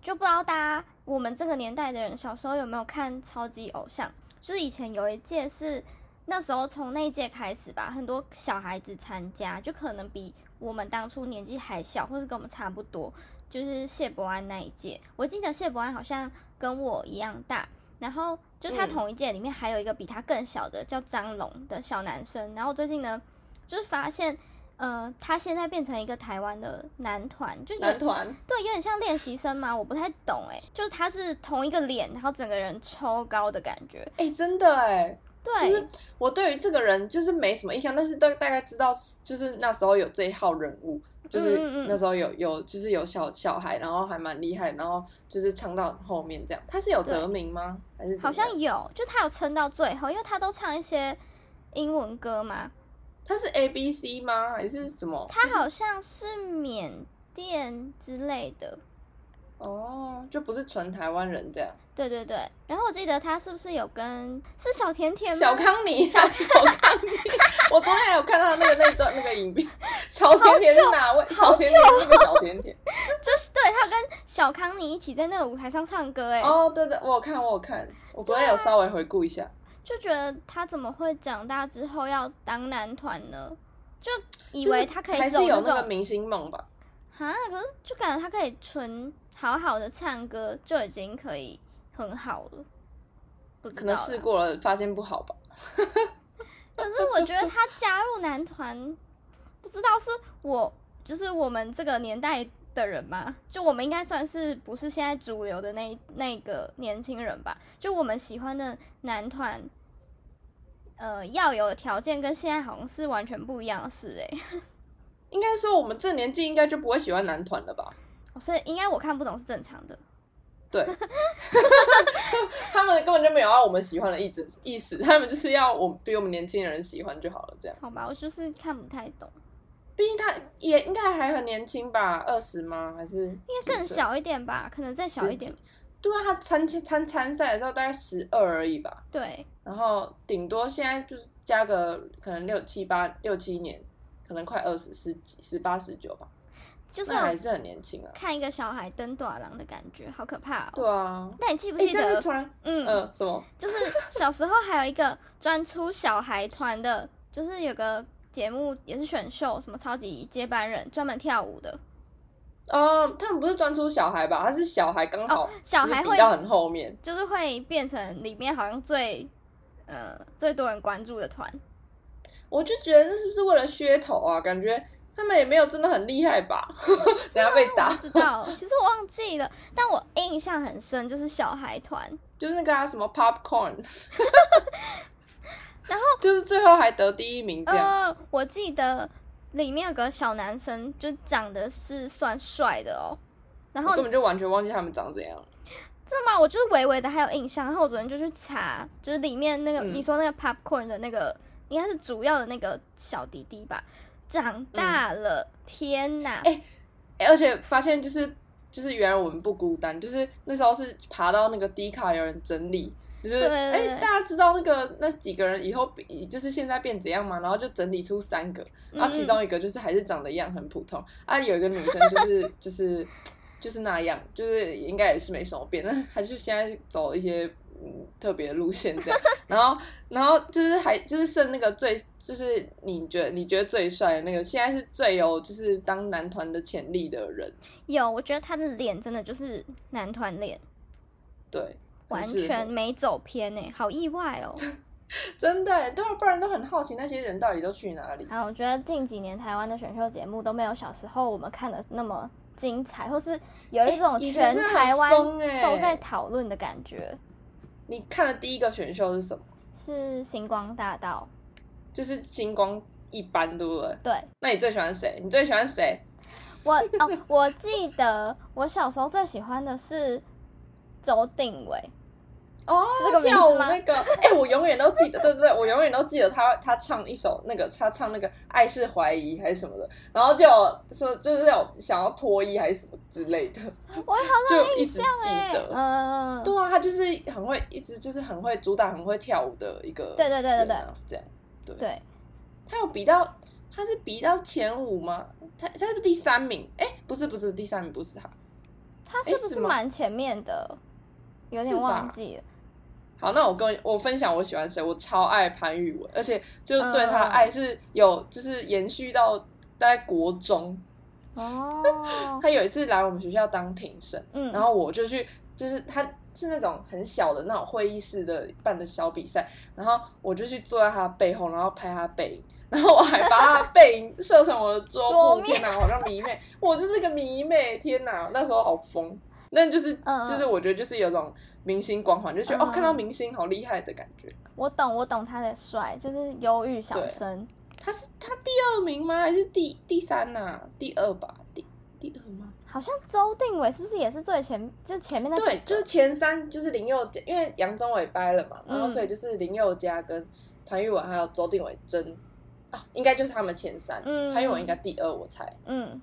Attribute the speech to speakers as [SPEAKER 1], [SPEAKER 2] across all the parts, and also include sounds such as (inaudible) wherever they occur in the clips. [SPEAKER 1] 就不知道大家我们这个年代的人小时候有没有看超级偶像？就是以前有一届是那时候从那一届开始吧，很多小孩子参加，就可能比我们当初年纪还小，或是跟我们差不多。就是谢伯安那一届，我记得谢伯安好像跟我一样大，然后就他
[SPEAKER 2] 嗯
[SPEAKER 1] 同一届里面还有一个比他更小的叫张龙的小男生。然后最近呢，就是发现，呃，他现在变成一个台湾的男团，就有
[SPEAKER 2] 男团
[SPEAKER 1] 对，有点像练习生嘛，我不太懂哎、就是他是同一个脸，然后整个人超高的感觉。
[SPEAKER 2] 哎、真的哎，
[SPEAKER 1] 对，
[SPEAKER 2] 就是我对于这个人就是没什么印象，但是大大概知道就是那时候有这一号人物，就是
[SPEAKER 1] 嗯嗯嗯
[SPEAKER 2] 那时候有有就是有小小孩，然后还蛮厉害，然后就是唱到后面这样。他是有
[SPEAKER 1] 对
[SPEAKER 2] 得名吗？还是怎么
[SPEAKER 1] 好像
[SPEAKER 2] 样
[SPEAKER 1] 有，就他有撑到最后，因为他都唱一些英文歌嘛。
[SPEAKER 2] 他是 A B C 吗？还是什么？
[SPEAKER 1] 他好像是缅甸之类的，
[SPEAKER 2] 哦，就不是纯台湾人这样。
[SPEAKER 1] 对对对。然后我记得他是不是有跟是小甜甜吗？
[SPEAKER 2] 小康尼，小康尼，我昨天还有看到他那个那一段那个
[SPEAKER 1] (laughs)
[SPEAKER 2] 影片，小甜甜是哪位？小甜甜是那个小甜甜。
[SPEAKER 1] (laughs) 就是对他跟小康妮一起在那个舞台上唱 (laughs) 歌哎、
[SPEAKER 2] 哦，对对，我有看，我有看，我昨天有稍微回顾一下。
[SPEAKER 1] 就觉得他怎么会长大之后要当男团呢？就以
[SPEAKER 2] 就是
[SPEAKER 1] 为他可以
[SPEAKER 2] 还是
[SPEAKER 1] 走
[SPEAKER 2] 有
[SPEAKER 1] 那
[SPEAKER 2] 那个
[SPEAKER 1] 种
[SPEAKER 2] 明星梦吧？
[SPEAKER 1] 啊，可是就感觉他可以纯好好的唱歌，就已经可以很好了。不知
[SPEAKER 2] 可能
[SPEAKER 1] 道
[SPEAKER 2] 试
[SPEAKER 1] 啦。
[SPEAKER 2] 过了，发现不好吧？
[SPEAKER 1] 可是我觉得他加入男团，不知道是我就是我们这个年代的人嘛，就我们应该算是不是现在主流的那一那个年轻人吧？就我们喜欢的男团，呃，要有的条件跟现在好像是完全不一样的事哎、
[SPEAKER 2] 应该说我们这年纪应该就不会喜欢男团了吧？
[SPEAKER 1] 所以应该我看不懂是正常的。
[SPEAKER 2] 对， (laughs) 他们根本就没有要我们喜欢的意思意思，他们就是要我比我们年轻人喜欢就好了，这样。
[SPEAKER 1] 好吧，我就是看不太懂，
[SPEAKER 2] 毕竟他也应该还很年轻吧，二十吗？还是应
[SPEAKER 1] 应该更小一点吧，可能再小一点
[SPEAKER 2] 十。对啊，他参加参参赛的时候大概十二而已吧，
[SPEAKER 1] 对，
[SPEAKER 2] 然后顶多现在就是加个可能六七八六七年，可能快二十十几十八十九吧，
[SPEAKER 1] 就是
[SPEAKER 2] 那还
[SPEAKER 1] 有
[SPEAKER 2] 是很年轻啊。
[SPEAKER 1] 看一个小孩登短廊的感觉，好可怕哦。
[SPEAKER 2] 对啊，
[SPEAKER 1] 那你记不
[SPEAKER 2] 哎、
[SPEAKER 1] 记
[SPEAKER 2] 这样
[SPEAKER 1] 得
[SPEAKER 2] 就？突然，
[SPEAKER 1] 嗯，
[SPEAKER 2] 呃，什么？
[SPEAKER 1] 就是小时候还有一个专出小孩团的，就是有个节目也是选秀，什么超级接班人，专门跳舞的。
[SPEAKER 2] 哦，他们不是专出小孩吧？他是小孩刚好、
[SPEAKER 1] 哦小孩
[SPEAKER 2] 比
[SPEAKER 1] 会
[SPEAKER 2] 到很后面，
[SPEAKER 1] 就是会变成里面好像最呃最多人关注的团。
[SPEAKER 2] 我就觉得那是不是为了噱头啊？感觉他们也没有真的很厉害
[SPEAKER 1] (laughs)
[SPEAKER 2] 吧，等下 (laughs) 被
[SPEAKER 1] 我
[SPEAKER 2] 打
[SPEAKER 1] 不。知道，其实我忘记了，但我印象很深，就是小孩团。
[SPEAKER 2] 就是那个、啊、什么
[SPEAKER 1] (laughs)
[SPEAKER 2] popcorn，然后就是最后还得第一名这样。
[SPEAKER 1] 呃，我记得里面有个小男生，就长得是算帅的哦。然
[SPEAKER 2] 我
[SPEAKER 1] 后
[SPEAKER 2] 根本就完全忘记他们长怎样。
[SPEAKER 1] 真的吗？我就是微微的还有印象，然后我昨天就去查，就是里面那个、
[SPEAKER 2] 嗯
[SPEAKER 1] 你说那个 popcorn 的那个，应该是主要的那个小弟弟吧，长大了，天哪！
[SPEAKER 2] 哎欸而且发现就是就是原来我们不孤单，就是那时候是爬到那个 D 卡有人整理，就是
[SPEAKER 1] 对
[SPEAKER 2] 哎、
[SPEAKER 1] 对
[SPEAKER 2] 欸大家知道那个那几个人以后比就是现在变怎样嘛，然后就整理出三个，然后啊
[SPEAKER 1] 嗯
[SPEAKER 2] 其中一个就是还是长得一样很普通，啊有一个女生就是 (laughs) 就是就是那样，就是应该也是没什么变，但是还是现在走一些。嗯，特别的路线这样，然后，然后就是还就是剩那个最，就是你觉得你觉得最帅的那个，现在是最有就是当男团的潜力的人，
[SPEAKER 1] 有，我觉得他的脸真的就是男团脸，
[SPEAKER 2] 对，
[SPEAKER 1] 完
[SPEAKER 2] 很适合
[SPEAKER 1] 全没走偏呢，好意外哦。
[SPEAKER 2] 真的耶，对啊，不然都很好奇那些人到底都去哪里。
[SPEAKER 1] 啊，我觉得近几年台湾的选秀节目都没有小时候我们看的那么精彩，或是有一种
[SPEAKER 2] 哎以
[SPEAKER 1] 全
[SPEAKER 2] 前真的很
[SPEAKER 1] 台湾
[SPEAKER 2] 疯欸
[SPEAKER 1] 都在讨论的感觉，
[SPEAKER 2] 你看的第一个选秀是什么？
[SPEAKER 1] 是星光大道。
[SPEAKER 2] 就是星光一般，对不对？
[SPEAKER 1] 对，
[SPEAKER 2] 那你最喜欢谁？你最喜欢谁？
[SPEAKER 1] 我哦，
[SPEAKER 2] (laughs)
[SPEAKER 1] 我记得我小时候最喜欢的是周定伟，
[SPEAKER 2] 哦
[SPEAKER 1] 是这个名字
[SPEAKER 2] 跳舞
[SPEAKER 1] 吗
[SPEAKER 2] 那个，哎、我永远都记得，对对对，我永远都记得他他唱一首那个，他唱那个《爱是怀疑》还是什么的，然后就有说就是有想要脱衣还是什么之类的，
[SPEAKER 1] 我也好
[SPEAKER 2] 就一
[SPEAKER 1] 印
[SPEAKER 2] 直
[SPEAKER 1] 象
[SPEAKER 2] 记
[SPEAKER 1] 哎、
[SPEAKER 2] 得。
[SPEAKER 1] 嗯，
[SPEAKER 2] 对啊，他就是很会，一直就是很会主打，很会跳舞的一个
[SPEAKER 1] 对对对对对
[SPEAKER 2] 人啊，这样。
[SPEAKER 1] 对，
[SPEAKER 2] 他有比到，他是比到前五吗？他他是不是第三名？哎、不是不是第三名，不是他，
[SPEAKER 1] 他是不
[SPEAKER 2] 是
[SPEAKER 1] 是
[SPEAKER 2] 吗
[SPEAKER 1] 蛮前面的？有点
[SPEAKER 2] 是吧
[SPEAKER 1] 忘记了。
[SPEAKER 2] 好，那我跟我分享我喜欢谁，我超爱潘玉文，而且就是对他
[SPEAKER 1] 嗯
[SPEAKER 2] 的爱是有就是延续到大概国中，
[SPEAKER 1] 哦，
[SPEAKER 2] (laughs) 他有一次来我们学校当评审，
[SPEAKER 1] 嗯，
[SPEAKER 2] 然后我就去，就是他是那种很小的那种会议室的办的小比赛，然后我就去坐在他背后，然后拍他背影，然后我还把他背
[SPEAKER 1] (laughs)
[SPEAKER 2] 影射成我的桌
[SPEAKER 1] 桌
[SPEAKER 2] 布，
[SPEAKER 1] 面
[SPEAKER 2] 天哪，好像迷妹，我就是个迷妹，天哪，那时候好疯。但就是
[SPEAKER 1] 嗯
[SPEAKER 2] 就是，我觉得就是有种明星光环，就觉
[SPEAKER 1] 嗯
[SPEAKER 2] 得、哦，看到明星好厉害的感觉。
[SPEAKER 1] 我懂，我懂他的帅，就是忧郁小生。
[SPEAKER 2] 他是他第二名吗？还是第第三呐、第二吧，第第二吗？
[SPEAKER 1] 好像周定伟是不是也是最前，就是前面那几
[SPEAKER 2] 对，
[SPEAKER 1] 个
[SPEAKER 2] 就是前三就是林宥嘉，因为杨宗纬掰了嘛，然后
[SPEAKER 1] 嗯
[SPEAKER 2] 所以就是林宥嘉跟潘玉文还有周定伟争啊，应该就是他们前三，
[SPEAKER 1] 嗯
[SPEAKER 2] 潘玉文应该第二，我猜，
[SPEAKER 1] 嗯，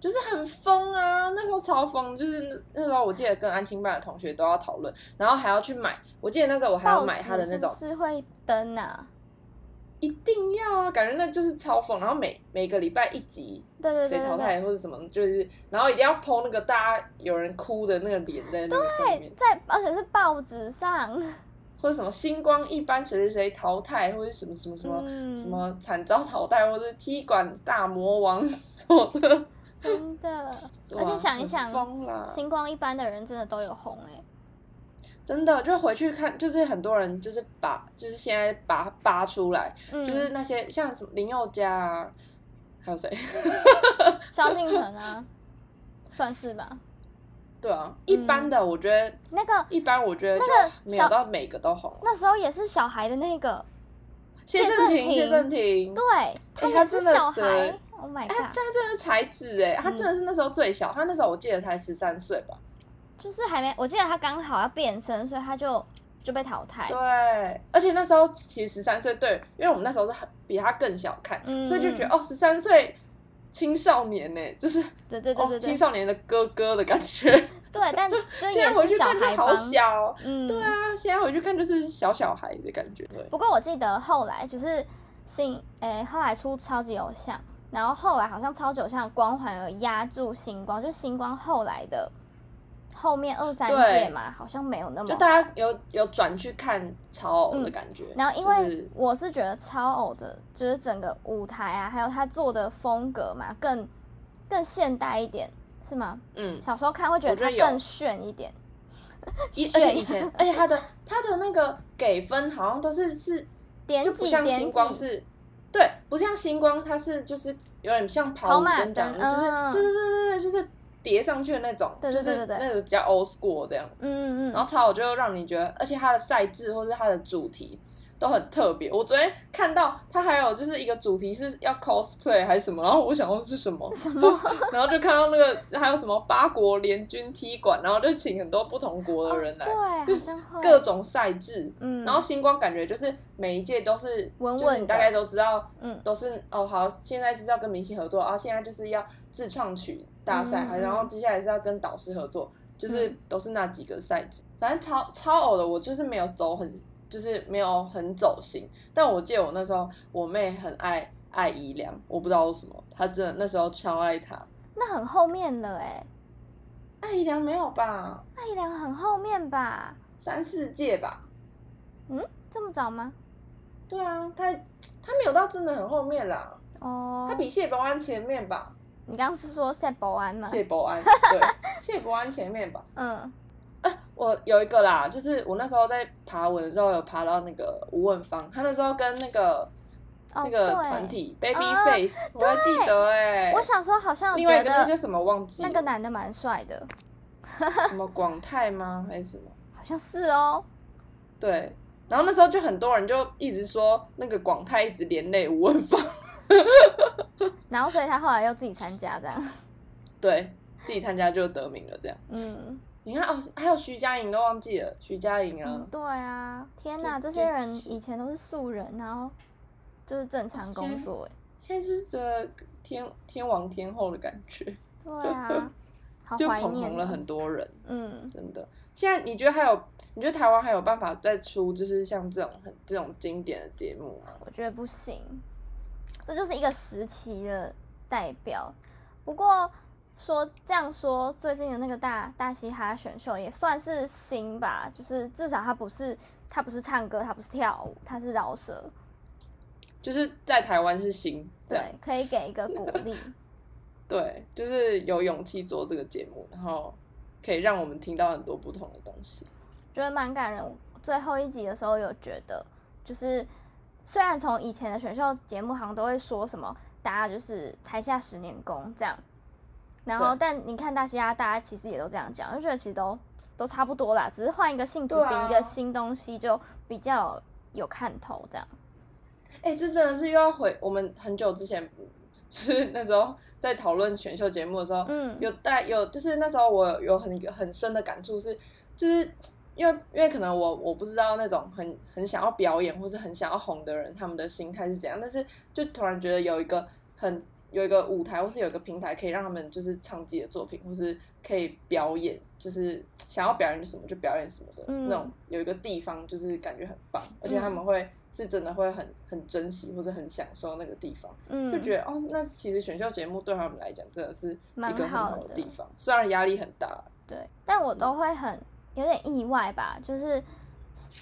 [SPEAKER 2] 就是很疯啊，那时候超疯，就是那那时候我记得跟安亲班的同学都要讨论，然后还要去买，我记得那时候我还要
[SPEAKER 1] 报
[SPEAKER 2] 买他的
[SPEAKER 1] 纸
[SPEAKER 2] 那
[SPEAKER 1] 是不
[SPEAKER 2] 种，
[SPEAKER 1] 是会登啊？
[SPEAKER 2] 一定要啊，感觉那就是超疯，然后每每个礼拜一集。
[SPEAKER 1] 对对对
[SPEAKER 2] 谁
[SPEAKER 1] 对
[SPEAKER 2] 淘
[SPEAKER 1] 对
[SPEAKER 2] 汰或者什么，就是，然后一定要剖那个大家有人哭的那个脸在那个上面
[SPEAKER 1] 对，，在而且是报纸上，
[SPEAKER 2] 或者什么星光一般谁谁谁淘汰，或者什么什么什么、
[SPEAKER 1] 嗯
[SPEAKER 2] 什么惨遭淘汰，或者是踢馆大魔王什么的。
[SPEAKER 1] 真的，(laughs)
[SPEAKER 2] 对
[SPEAKER 1] 而且
[SPEAKER 2] 啊
[SPEAKER 1] 想一
[SPEAKER 2] 很
[SPEAKER 1] 想
[SPEAKER 2] 疯啦！
[SPEAKER 1] 星光一般的人真的都有红哎、
[SPEAKER 2] 真的就回去看，就是很多人就是把，就是现在把它扒出来，
[SPEAKER 1] 嗯，
[SPEAKER 2] 就是那些像什么林宥嘉啊，还有谁？ (laughs)
[SPEAKER 1] 萧敬腾啊，算是吧。
[SPEAKER 2] 对啊，一般的我觉得，
[SPEAKER 1] 那个
[SPEAKER 2] 一般我觉得就
[SPEAKER 1] 嗯那个
[SPEAKER 2] 没有
[SPEAKER 1] 小
[SPEAKER 2] 到每个都红了。
[SPEAKER 1] 那时候也是小孩的那个，
[SPEAKER 2] 谢
[SPEAKER 1] 谢
[SPEAKER 2] 振
[SPEAKER 1] 振
[SPEAKER 2] 廷，谢
[SPEAKER 1] 廷
[SPEAKER 2] 振廷，
[SPEAKER 1] 对，他
[SPEAKER 2] 他
[SPEAKER 1] 也是
[SPEAKER 2] 真的
[SPEAKER 1] 小孩。
[SPEAKER 2] 对
[SPEAKER 1] oh my
[SPEAKER 2] 哎、他
[SPEAKER 1] god！
[SPEAKER 2] 他真的是才子哎、他真
[SPEAKER 1] 嗯
[SPEAKER 2] 的是那时候最小，他那时候我记得才十三岁吧。
[SPEAKER 1] 就是还没，我记得他刚好要变身，所以他就就被淘汰。
[SPEAKER 2] 对，啊而且那时候其实十三岁，对，因为我们那时候是很比他更小看，
[SPEAKER 1] 嗯
[SPEAKER 2] 所以就觉得哦，十三岁青少年呢，就是
[SPEAKER 1] 对对对
[SPEAKER 2] 哦
[SPEAKER 1] 对
[SPEAKER 2] 青
[SPEAKER 1] 对
[SPEAKER 2] 少年的哥哥的感觉。
[SPEAKER 1] 对，但就是
[SPEAKER 2] (laughs) 现
[SPEAKER 1] 也
[SPEAKER 2] 在回
[SPEAKER 1] 是
[SPEAKER 2] 去
[SPEAKER 1] 小
[SPEAKER 2] 看就
[SPEAKER 1] 孩
[SPEAKER 2] 好
[SPEAKER 1] 帮。
[SPEAKER 2] 小哦，
[SPEAKER 1] 嗯，
[SPEAKER 2] 对啊，现在回去看就是小小孩的感觉。对，
[SPEAKER 1] 不过我记得后来就是新，诶、后来出超级偶像，然后后来好像超级偶像的光环有压住星光，就星光后来的后面二三
[SPEAKER 2] 对
[SPEAKER 1] 届嘛，好像没有那么嗯
[SPEAKER 2] 就大家有有转去看超偶的感觉。
[SPEAKER 1] 然后，因
[SPEAKER 2] 就
[SPEAKER 1] 为
[SPEAKER 2] 是
[SPEAKER 1] 我是觉得超偶的，就是整个舞台啊，还有他做的风格嘛，更更现代一点，是吗？
[SPEAKER 2] 嗯，
[SPEAKER 1] 小时候看会觉得
[SPEAKER 2] 我觉得
[SPEAKER 1] 他
[SPEAKER 2] 有
[SPEAKER 1] 更炫一点，
[SPEAKER 2] 以而且
[SPEAKER 1] 炫
[SPEAKER 2] 以前，而且他的他的那个给分好像都是是
[SPEAKER 1] 点
[SPEAKER 2] 就不
[SPEAKER 1] 几
[SPEAKER 2] 像
[SPEAKER 1] 点
[SPEAKER 2] 星光
[SPEAKER 1] 几，
[SPEAKER 2] 是，对，不像星光，它是就是有点像跑
[SPEAKER 1] 跑
[SPEAKER 2] 舞
[SPEAKER 1] 马
[SPEAKER 2] 跟讲，
[SPEAKER 1] 灯
[SPEAKER 2] 就是
[SPEAKER 1] 嗯
[SPEAKER 2] 对对对对对，就是叠上去的那种，
[SPEAKER 1] 对
[SPEAKER 2] 就
[SPEAKER 1] 对
[SPEAKER 2] 是
[SPEAKER 1] 对对对
[SPEAKER 2] 那个比较 old school 这样。
[SPEAKER 1] 嗯嗯
[SPEAKER 2] 然
[SPEAKER 1] 嗯，
[SPEAKER 2] 后超我就让你觉得，而且它的赛制或是它的主题都很特别。我昨天看到它还有就是一个主题是要 cosplay 还是什么，然后我想说是什么，
[SPEAKER 1] 什么？
[SPEAKER 2] 然后就看到那个还有什么八国联军踢馆，然后就请很多不同国的
[SPEAKER 1] (laughs)
[SPEAKER 2] 人来，就
[SPEAKER 1] 哎对，好
[SPEAKER 2] 是
[SPEAKER 1] 像会
[SPEAKER 2] 各种赛制。
[SPEAKER 1] 嗯，
[SPEAKER 2] 然后星光感觉就是每一届都是
[SPEAKER 1] 稳
[SPEAKER 2] 就是
[SPEAKER 1] 稳
[SPEAKER 2] 你
[SPEAKER 1] 的
[SPEAKER 2] 大概都知道，
[SPEAKER 1] 嗯
[SPEAKER 2] 都是哦好，现在就是要跟明星合作啊，现在就是要自创曲大赛，
[SPEAKER 1] 嗯嗯嗯
[SPEAKER 2] 然后接下来是要跟导师合作，就是
[SPEAKER 1] 嗯
[SPEAKER 2] 都是那几个赛制。反正超超偶的，我就是没有走很，就是没有很走心。但我记得我那时候我妹很爱爱姨良，我不知道为什么，她真的那时候超爱她。
[SPEAKER 1] 那很后面了哎、
[SPEAKER 2] 爱姨良没有吧？
[SPEAKER 1] 那一良很后面吧？
[SPEAKER 2] 三四届吧？
[SPEAKER 1] 这么早吗？
[SPEAKER 2] 对啊，她她没有到真的很后面啦，
[SPEAKER 1] 哦，
[SPEAKER 2] 她比谢伯安前面吧。
[SPEAKER 1] 你刚刚是说在保安吗？
[SPEAKER 2] 谢伯
[SPEAKER 1] (laughs)
[SPEAKER 2] 安，对，谢伯安前面吧。
[SPEAKER 1] 嗯
[SPEAKER 2] 我有一个啦，就是我那时候在爬文的时候，有爬到那个吴汶芳，他那时候跟那个、
[SPEAKER 1] 哦
[SPEAKER 2] 那个
[SPEAKER 1] 对
[SPEAKER 2] 团体
[SPEAKER 1] 啊
[SPEAKER 2] Babyface，、我还记得哎、
[SPEAKER 1] 我小时候好像
[SPEAKER 2] 另
[SPEAKER 1] 有
[SPEAKER 2] 外
[SPEAKER 1] 觉
[SPEAKER 2] 一个那个叫
[SPEAKER 1] 得
[SPEAKER 2] 什么忘记了
[SPEAKER 1] 那个男的蛮帅的，
[SPEAKER 2] 什么广泰吗还是什么？
[SPEAKER 1] 好像是哦。
[SPEAKER 2] 对，然后那时候就很多人就一直说那个广泰一直连累吴汶芳， (laughs)
[SPEAKER 1] 然后所以他后来又自己参加这
[SPEAKER 2] (laughs)
[SPEAKER 1] 样。
[SPEAKER 2] 对自己参加就得名了这样。
[SPEAKER 1] 嗯，
[SPEAKER 2] 你看哦，还有徐佳莹都忘记了，徐佳莹啊，
[SPEAKER 1] 对啊，天哪，
[SPEAKER 2] 就
[SPEAKER 1] 这
[SPEAKER 2] 就
[SPEAKER 1] 些人以前都是素人，然后就是正常工作欸，
[SPEAKER 2] 现在就是这天天王天后的感觉。
[SPEAKER 1] 对
[SPEAKER 2] (laughs)
[SPEAKER 1] 啊，好
[SPEAKER 2] 就
[SPEAKER 1] 怀
[SPEAKER 2] 捧
[SPEAKER 1] 念
[SPEAKER 2] 红了
[SPEAKER 1] 哦
[SPEAKER 2] 很多人，
[SPEAKER 1] 嗯，
[SPEAKER 2] 真的。现在你觉得还有？你觉得台湾还有办法再出就是像这种很这种经典的节目吗？
[SPEAKER 1] 我觉得不行，这就是一个时期的代表。不过说这样说，最近的那个大大嘻哈选秀也算是新吧，就是至少他不是他不是唱歌，他不是跳舞，他是饶舌，
[SPEAKER 2] 就是在台湾是新，这样
[SPEAKER 1] 对，可以给一个鼓励。
[SPEAKER 2] 对，就是有勇气做这个节目，然后可以让我们听到很多不同的东西。
[SPEAKER 1] 觉得蛮感人。最后一集的时候有觉得，就是虽然从以前的选秀节目好像都会说什么，大家就是台下十年功这样，然后
[SPEAKER 2] 对
[SPEAKER 1] 但你看大西亚，大家其实也都这样讲，就觉得其实都都差不多啦，只是换一个性质，
[SPEAKER 2] 对
[SPEAKER 1] 比
[SPEAKER 2] 啊
[SPEAKER 1] 一个新东西就比较有看头这样。
[SPEAKER 2] 哎、这真的是又要回我们很久之前， (laughs) 就是那时候在讨论选秀节目的时候，
[SPEAKER 1] 嗯，
[SPEAKER 2] 有带有，就是那时候我有很很深的感触是，就是因为因为可能我我不知道那种很很想要表演或是很想要红的人他们的心态是怎样，但是就突然觉得有一个很有一个舞台或是有一个平台可以让他们就是唱自己的作品，或是可以表演，就是想要表演什么就表演什么的、
[SPEAKER 1] 嗯
[SPEAKER 2] 那种，有一个地方就是感觉很棒，而且他们会。是真的会很很珍惜或者很享受那个地方，
[SPEAKER 1] 嗯，
[SPEAKER 2] 就觉得哦，那其实选秀节目对他们来讲真的是
[SPEAKER 1] 蛮
[SPEAKER 2] 一个很
[SPEAKER 1] 好
[SPEAKER 2] 好
[SPEAKER 1] 的
[SPEAKER 2] 的地方，虽然压力很大，
[SPEAKER 1] 对，但
[SPEAKER 2] 嗯
[SPEAKER 1] 我都会很有点意外吧，就是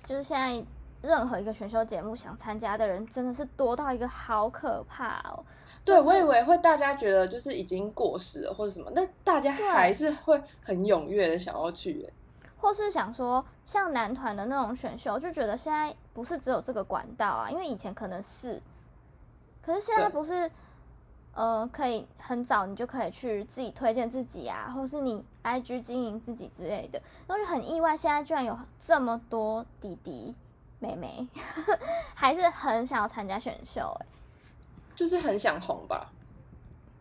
[SPEAKER 1] 就是现在任何一个选秀节目想参加的人真的是多到一个好可怕哦。
[SPEAKER 2] 对
[SPEAKER 1] 就是
[SPEAKER 2] 我以为会大家觉得就是已经过时了或者什么，但大家还是会很踊跃的想要去欸耶，
[SPEAKER 1] 或是想说像男团的那种选秀，就觉得现在不是只有这个管道啊，因为以前可能是，可是现在
[SPEAKER 2] 对
[SPEAKER 1] 不是，呃，可以很早你就可以去自己推荐自己啊，或是你 IG 经营自己之类的，然后就很意外，现在居然有这么多弟弟妹妹， (laughs) 还是很想要参加选秀、欸，
[SPEAKER 2] 就是很想红吧，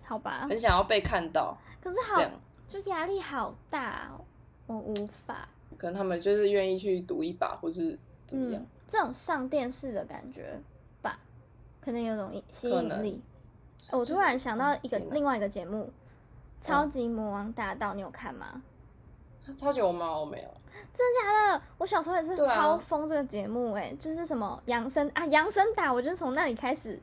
[SPEAKER 1] 好吧，
[SPEAKER 2] 很想要被看到，
[SPEAKER 1] 可是
[SPEAKER 2] 这
[SPEAKER 1] 啊好
[SPEAKER 2] 样
[SPEAKER 1] 就压力好大哦，我无法，
[SPEAKER 2] 可能他们就是愿意去赌一把或是怎么样。
[SPEAKER 1] 嗯，这种上电视的感觉吧，可能有种吸
[SPEAKER 2] 可
[SPEAKER 1] 引
[SPEAKER 2] 能
[SPEAKER 1] 力。哦我
[SPEAKER 2] 就
[SPEAKER 1] 突
[SPEAKER 2] 是
[SPEAKER 1] 然想到一个
[SPEAKER 2] 天哪
[SPEAKER 1] 另外一个节
[SPEAKER 2] 嗯
[SPEAKER 1] 目，《超级魔王大道》，你有看吗？嗯
[SPEAKER 2] 超级我妈我没有，
[SPEAKER 1] 真的，我小时候也是
[SPEAKER 2] 对啊
[SPEAKER 1] 超疯这个节目、欸，哎、就是什么杨森啊，杨森达，我就是从那里开始，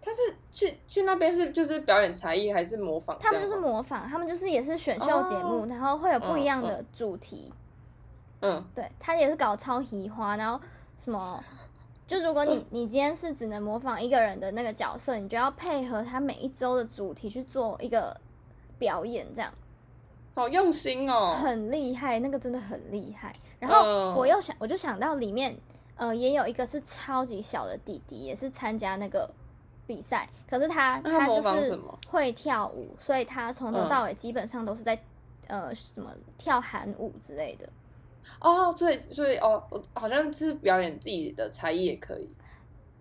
[SPEAKER 2] 他是去去那边是就是表演才艺还是模仿这
[SPEAKER 1] 他
[SPEAKER 2] 样
[SPEAKER 1] 们
[SPEAKER 2] 吗？
[SPEAKER 1] 就是模仿，他们就是也是选秀节目，
[SPEAKER 2] 哦
[SPEAKER 1] 然后会有不一
[SPEAKER 2] 嗯
[SPEAKER 1] 样的主题，
[SPEAKER 2] 嗯，
[SPEAKER 1] 对他也是搞超移花，然后什么，就如果你
[SPEAKER 2] 嗯
[SPEAKER 1] 你今天是只能模仿一个人的那个角色，你就要配合他每一周的主题去做一个表演，这样
[SPEAKER 2] 好用心哦。
[SPEAKER 1] 很厉害，那个真的很厉害。然后
[SPEAKER 2] 嗯
[SPEAKER 1] 我又想，我就想到里面，呃，也有一个是超级小的弟弟，也是参加那个比赛，可是他
[SPEAKER 2] 那他
[SPEAKER 1] 就
[SPEAKER 2] 模仿
[SPEAKER 1] 是
[SPEAKER 2] 什么
[SPEAKER 1] 会跳舞，所以他从头
[SPEAKER 2] 嗯
[SPEAKER 1] 到尾基本上都是在。呃，什么跳韩舞之类的，
[SPEAKER 2] 哦，所以所以哦，我好像是表演自己的才艺也可以。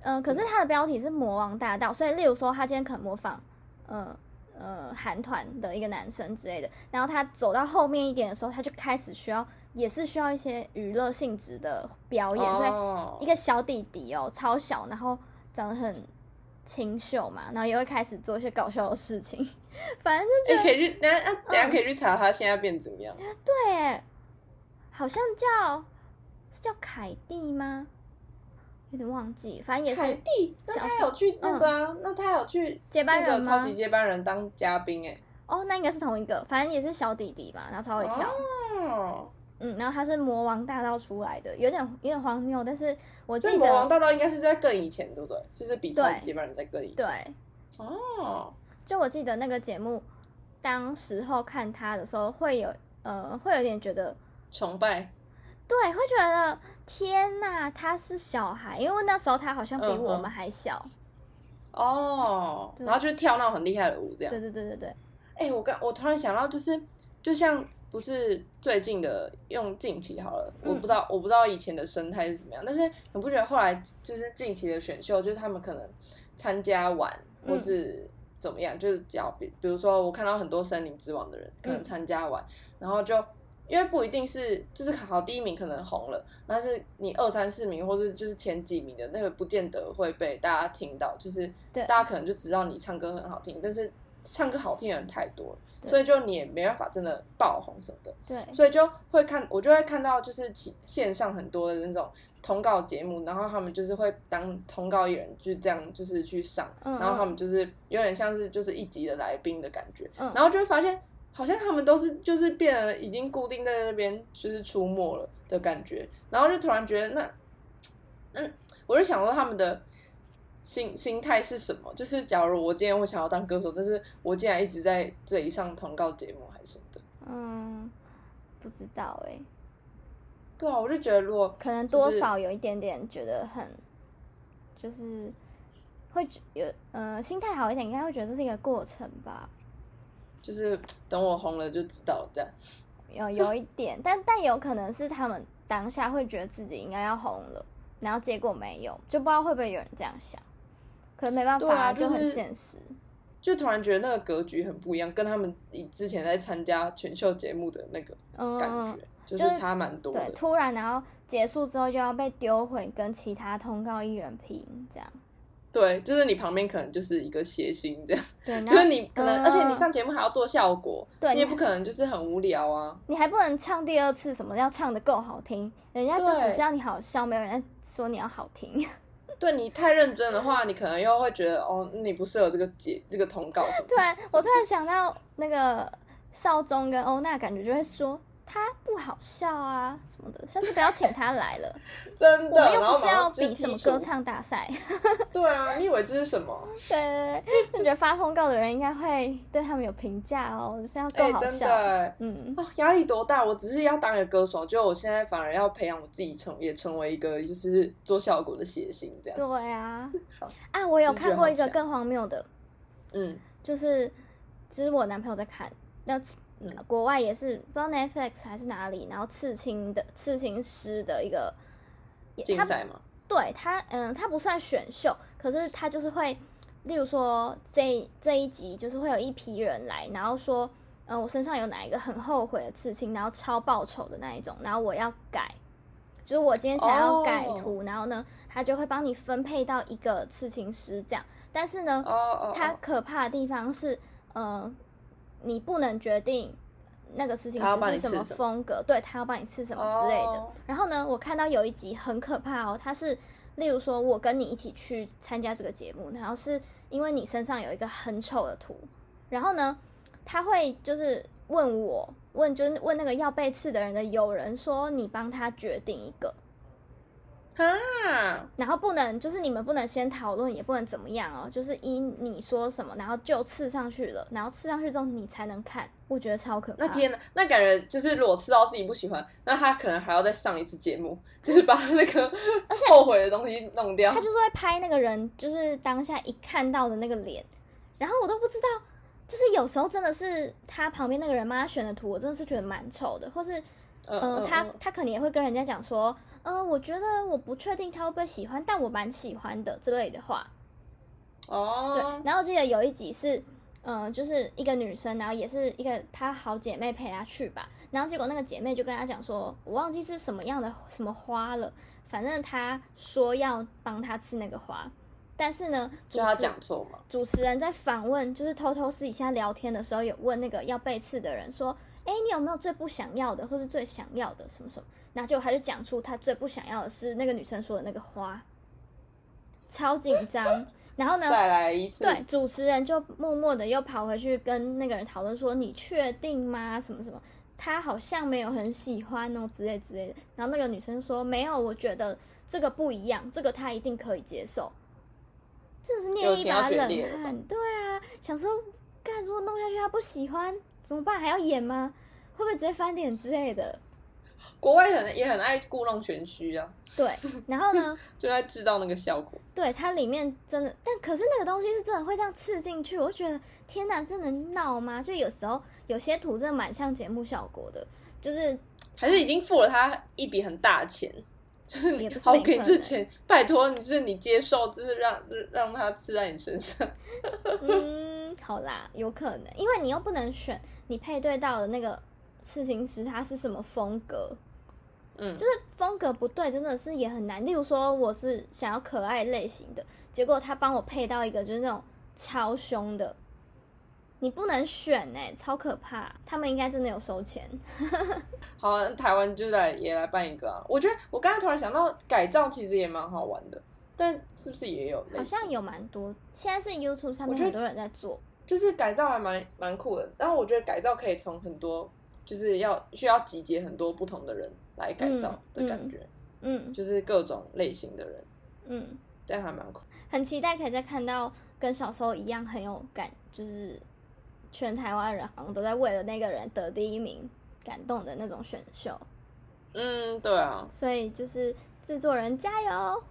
[SPEAKER 1] 嗯，可是它的标题是《魔王大道》，所以例如说他今天可能模仿，呃呃韩团的一个男生之类的，然后他走到后面一点的时候，他就开始需要，也是需要一些娱乐性质的表演，所以
[SPEAKER 2] 哦
[SPEAKER 1] 一个小弟弟哦，超小，然后长得很清秀嘛，然后也会开始做一些搞笑的事情， (laughs) 反正就
[SPEAKER 2] 哎、可以去，等一下，啊等一
[SPEAKER 1] 嗯
[SPEAKER 2] 下可以去查他现在变怎么样。
[SPEAKER 1] 对耶，好像叫是叫凯蒂吗？有点忘记，反正也
[SPEAKER 2] 凯
[SPEAKER 1] 是
[SPEAKER 2] 蒂，那
[SPEAKER 1] 小
[SPEAKER 2] 他
[SPEAKER 1] 时候
[SPEAKER 2] 有去那个啊，那他有去
[SPEAKER 1] 接班
[SPEAKER 2] 那
[SPEAKER 1] 人
[SPEAKER 2] 个
[SPEAKER 1] 吗？
[SPEAKER 2] 超级接班人当嘉宾哎、
[SPEAKER 1] 哦，那应该是同一个，反正也是小弟弟嘛，然后超会跳，
[SPEAKER 2] 哦，
[SPEAKER 1] 嗯，然后他是魔王大道出来的，有点有点荒谬，但是我
[SPEAKER 2] 所以
[SPEAKER 1] 记
[SPEAKER 2] 魔王
[SPEAKER 1] 得
[SPEAKER 2] 大道应该是在更以前，对不对？就是比超
[SPEAKER 1] 对
[SPEAKER 2] 级接班人在更以前。，
[SPEAKER 1] 对，
[SPEAKER 2] 哦，
[SPEAKER 1] 就我记得那个节目，当时候看他的时候会有呃会有点觉得，
[SPEAKER 2] 崇拜，
[SPEAKER 1] 对，会觉得天呐，他是小孩，因为那时候他好像比
[SPEAKER 2] 嗯
[SPEAKER 1] 我
[SPEAKER 2] 嗯
[SPEAKER 1] 们还小，
[SPEAKER 2] 哦，
[SPEAKER 1] 对
[SPEAKER 2] 然后就跳那种很厉害的舞，这样
[SPEAKER 1] 对。对对对对，
[SPEAKER 2] 哎、我刚我突然想到，就是就像不是最近的用近期好了，
[SPEAKER 1] 嗯
[SPEAKER 2] 我不知道我不知道以前的生态是怎么样，但是你不觉得后来就是近期的选秀，就是他们可能参加完
[SPEAKER 1] 嗯
[SPEAKER 2] 或是怎么样，就是只要比比如说我看到很多森林之王的人可能
[SPEAKER 1] 嗯
[SPEAKER 2] 参加完，然后就。因为不一定是就是好第一名可能红了，但是你二三四名或是就是前几名的那个不见得会被大家听到，就是
[SPEAKER 1] 对
[SPEAKER 2] 大家可能就知道你唱歌很好听，但是唱歌好听的人太多了，
[SPEAKER 1] 对哎
[SPEAKER 2] 所以就你也没办法真的爆红什么的，
[SPEAKER 1] 对，
[SPEAKER 2] 所以就会看我就会看到就是其线上很多的那种通告节目，然后他们就是会当通告艺人就这样就是去上，
[SPEAKER 1] 嗯
[SPEAKER 2] 然后他
[SPEAKER 1] 嗯
[SPEAKER 2] 们就是有点像是就是一级的来宾的感觉，
[SPEAKER 1] 嗯
[SPEAKER 2] 然后就会发现好像他们都是就是变得已经固定在那边就是出没了的感觉，然后就突然觉得那，嗯，我就想说他们的心心态是什么？就是假如我今天我想要当歌手，但是我竟然一直在这里上通告节目还是什么的，
[SPEAKER 1] 嗯，不知道哎、
[SPEAKER 2] 对啊，我就觉得如果
[SPEAKER 1] 可能
[SPEAKER 2] 就
[SPEAKER 1] 多
[SPEAKER 2] 是
[SPEAKER 1] 少有一点点觉得很，就是会觉有呃心态好一点，应该会觉得这是一个过程吧，
[SPEAKER 2] 就是等我红了就知道了这样，
[SPEAKER 1] 有有一点，但但有可能是他们当下会觉得自己应该要红了，然后结果没有，就不知道会不会有人这样想，可能没办法
[SPEAKER 2] 对啊就
[SPEAKER 1] 很
[SPEAKER 2] 是
[SPEAKER 1] 现实。
[SPEAKER 2] 就突然觉得那个格局很不一样，跟他们以之前在参加选秀节目的那个
[SPEAKER 1] 嗯，
[SPEAKER 2] 感觉。就是
[SPEAKER 1] 就是
[SPEAKER 2] 差蛮多
[SPEAKER 1] 对，
[SPEAKER 2] 的，
[SPEAKER 1] 突然然后结束之后又要被丢回跟其他通告艺人拼，这样
[SPEAKER 2] 对，就是你旁边可能就是一个谐星这样，
[SPEAKER 1] 对，然
[SPEAKER 2] (laughs) 就
[SPEAKER 1] 后
[SPEAKER 2] 是你可能，
[SPEAKER 1] 嗯
[SPEAKER 2] 而且你上节目还要做效果，
[SPEAKER 1] 对
[SPEAKER 2] 你也
[SPEAKER 1] 你
[SPEAKER 2] 不可能就是很无聊啊。
[SPEAKER 1] 你还不能唱第二次，什么要唱的够好听，人家就
[SPEAKER 2] 对
[SPEAKER 1] 只是让你好笑，没有人家说你要好听。
[SPEAKER 2] 对你太认真的话，你可能又会觉得哦，你不适合这个节这个通告什么的。
[SPEAKER 1] 突然，我突然想到那个少宗跟欧娜，感觉就会说他不好笑啊什么的，下次不要请他来了。
[SPEAKER 2] 真
[SPEAKER 1] 我
[SPEAKER 2] 的，
[SPEAKER 1] 们又
[SPEAKER 2] 然
[SPEAKER 1] 不
[SPEAKER 2] 后
[SPEAKER 1] 是
[SPEAKER 2] 马
[SPEAKER 1] 要
[SPEAKER 2] 上就
[SPEAKER 1] 比什么
[SPEAKER 2] 剔除
[SPEAKER 1] 歌。唱大赛，
[SPEAKER 2] 对啊，你以为这是
[SPEAKER 1] (laughs)
[SPEAKER 2] 什么？
[SPEAKER 1] 对对对，我觉得发通告的人应该会对他们有评价哦，就是要
[SPEAKER 2] 哎、
[SPEAKER 1] 够好
[SPEAKER 2] 真
[SPEAKER 1] 笑。
[SPEAKER 2] 的欸
[SPEAKER 1] 嗯，
[SPEAKER 2] 哦，压力多大！我只是要当一个歌手，就我现在反而要培养我自己成，也成为一个就是做效果的谐星这样。
[SPEAKER 1] 对啊，啊，我有
[SPEAKER 2] 就是觉得
[SPEAKER 1] 看过一
[SPEAKER 2] 好
[SPEAKER 1] 个
[SPEAKER 2] 强
[SPEAKER 1] 更荒谬的，
[SPEAKER 2] 嗯，
[SPEAKER 1] 就是就是我男朋友在看，那次
[SPEAKER 2] 嗯
[SPEAKER 1] 国外也是不知道 Netflix 还是哪里，然后刺青的刺青师的一个，也
[SPEAKER 2] 竞
[SPEAKER 1] 他
[SPEAKER 2] 赛嘛，
[SPEAKER 1] 对他嗯，他不算选秀，可是他就是会，例如说这这一集就是会有一批人来，然后说，嗯，我身上有哪一个很后悔的刺青，然后超报仇的那一种，然后我要改。就是我今天想要改
[SPEAKER 2] 哦
[SPEAKER 1] 图然后呢，他就会帮你分配到一个刺青师这样。但是呢，
[SPEAKER 2] 哦哦，
[SPEAKER 1] 它
[SPEAKER 2] 哦
[SPEAKER 1] 可怕的地方是，呃，你不能决定那个事情
[SPEAKER 2] 它要帮
[SPEAKER 1] 是
[SPEAKER 2] 你
[SPEAKER 1] 什
[SPEAKER 2] 吃
[SPEAKER 1] 么
[SPEAKER 2] 什么
[SPEAKER 1] 风格，对他要帮你吃什么之类的。
[SPEAKER 2] 哦
[SPEAKER 1] 然后呢，我看到有一集很可怕哦，它是例如说我跟你一起去参加这个节目，然后是因为你身上有一个很丑的图，然后呢，他会就是问我，问就是问那个要被刺的人的友人说，你帮他决定一个。
[SPEAKER 2] 哈，
[SPEAKER 1] 然后不能，就是你们不能先讨论，也不能怎么样哦，就是依你说什么，然后就刺上去了，然后刺上去之后你才能看，我觉得超可怕。
[SPEAKER 2] 那天呐，那感觉就是如果吃到自己不喜欢，那他可能还要再上一次节目，就是把那个 (laughs) 后悔的东西弄掉
[SPEAKER 1] 他。就是会拍那个人，就是当下一看到的那个脸，然后我都不知道，就是有时候真的是他旁边那个人帮他选的图，我真的是觉得蛮丑的，或是
[SPEAKER 2] 嗯
[SPEAKER 1] 嗯、
[SPEAKER 2] 嗯
[SPEAKER 1] 他
[SPEAKER 2] 嗯
[SPEAKER 1] 他可能也会跟人家讲说，嗯、我觉得我不确定他会不会喜欢，但我蛮喜欢的之类的话，对
[SPEAKER 2] 哦，，
[SPEAKER 1] 然后我记得有一集是，嗯、就是一个女生，然后也是一个她好姐妹陪她去吧，然后结果那个姐妹就跟她讲说，我忘记是什么样的什么花了，反正她说要帮她吃那个花，但是呢，主
[SPEAKER 2] 就他
[SPEAKER 1] 持
[SPEAKER 2] 讲错嘛，
[SPEAKER 1] 主持人在访问，就是偷偷私底下聊天的时候，有问那个要被刺的人说，哎，你有没有最不想要的，或是最想要的什么什么？然后结果他就讲出他最不想要的是那个女生说的那个花，超紧张。然后呢，
[SPEAKER 2] 再来一
[SPEAKER 1] 嗯
[SPEAKER 2] 次。
[SPEAKER 1] 对，主持人就默默的又跑回去跟那个人讨论说：“你确定吗？什么什么？他好像没有很喜欢哦，之类之类的。”然后那个女生说：“没有，我觉得这个不一样，这个他一定可以接受。”真的是捏
[SPEAKER 2] 友
[SPEAKER 1] 一
[SPEAKER 2] 情要
[SPEAKER 1] 把
[SPEAKER 2] 决裂
[SPEAKER 1] 冷
[SPEAKER 2] 了吧
[SPEAKER 1] 汗，对啊，想说干如果弄下去他不喜欢怎么办？还要演吗？会不会直接翻脸之类的？
[SPEAKER 2] 国外人也很爱故弄玄虚啊，
[SPEAKER 1] 对，然后呢？
[SPEAKER 2] 就在制造那个效果。
[SPEAKER 1] 对，它里面真的，但可是那个东西是真的会这样刺进去，我就觉得天哪，这能闹吗？就有时候有些图真的蛮像节目效果的，就是
[SPEAKER 2] 还是已经付了他一笔很大的钱，就是
[SPEAKER 1] 也
[SPEAKER 2] 你
[SPEAKER 1] 不是
[SPEAKER 2] 好
[SPEAKER 1] 每
[SPEAKER 2] 给
[SPEAKER 1] 个
[SPEAKER 2] 这
[SPEAKER 1] 人
[SPEAKER 2] 钱，拜托你，就是你接受，就是让让他刺在你身上。
[SPEAKER 1] 嗯，好啦，有可能，因为你又不能选你配对到的那个刺青师他是什么风格，
[SPEAKER 2] 嗯，
[SPEAKER 1] 就是风格不对，真的是也很难。例如说，我是想要可爱类型的，结果他帮我配到一个就是那种超凶的，你不能选哎、超可怕！他们应该真的有收钱。
[SPEAKER 2] 好啊，台湾就来也来办一个啊！我觉得我刚才突然想到，改造其实也蛮好玩的，但是不是也有类
[SPEAKER 1] 好
[SPEAKER 2] 似
[SPEAKER 1] 像有蛮多，现在是 YouTube 上面
[SPEAKER 2] 我觉得
[SPEAKER 1] 很多人在做，
[SPEAKER 2] 就是改造还蛮蛮酷的，但我觉得改造可以从很多就是要需要集结很多不同的人来改造的感觉，
[SPEAKER 1] 嗯
[SPEAKER 2] 就是各种类型的人，
[SPEAKER 1] 嗯，
[SPEAKER 2] 但还蛮酷。
[SPEAKER 1] 很期待可以再看到跟小时候一样很有感，就是全台湾人好像都在为了那个人得第一名感动的那种选秀，
[SPEAKER 2] 嗯，对啊，
[SPEAKER 1] 所以就是制作人加油！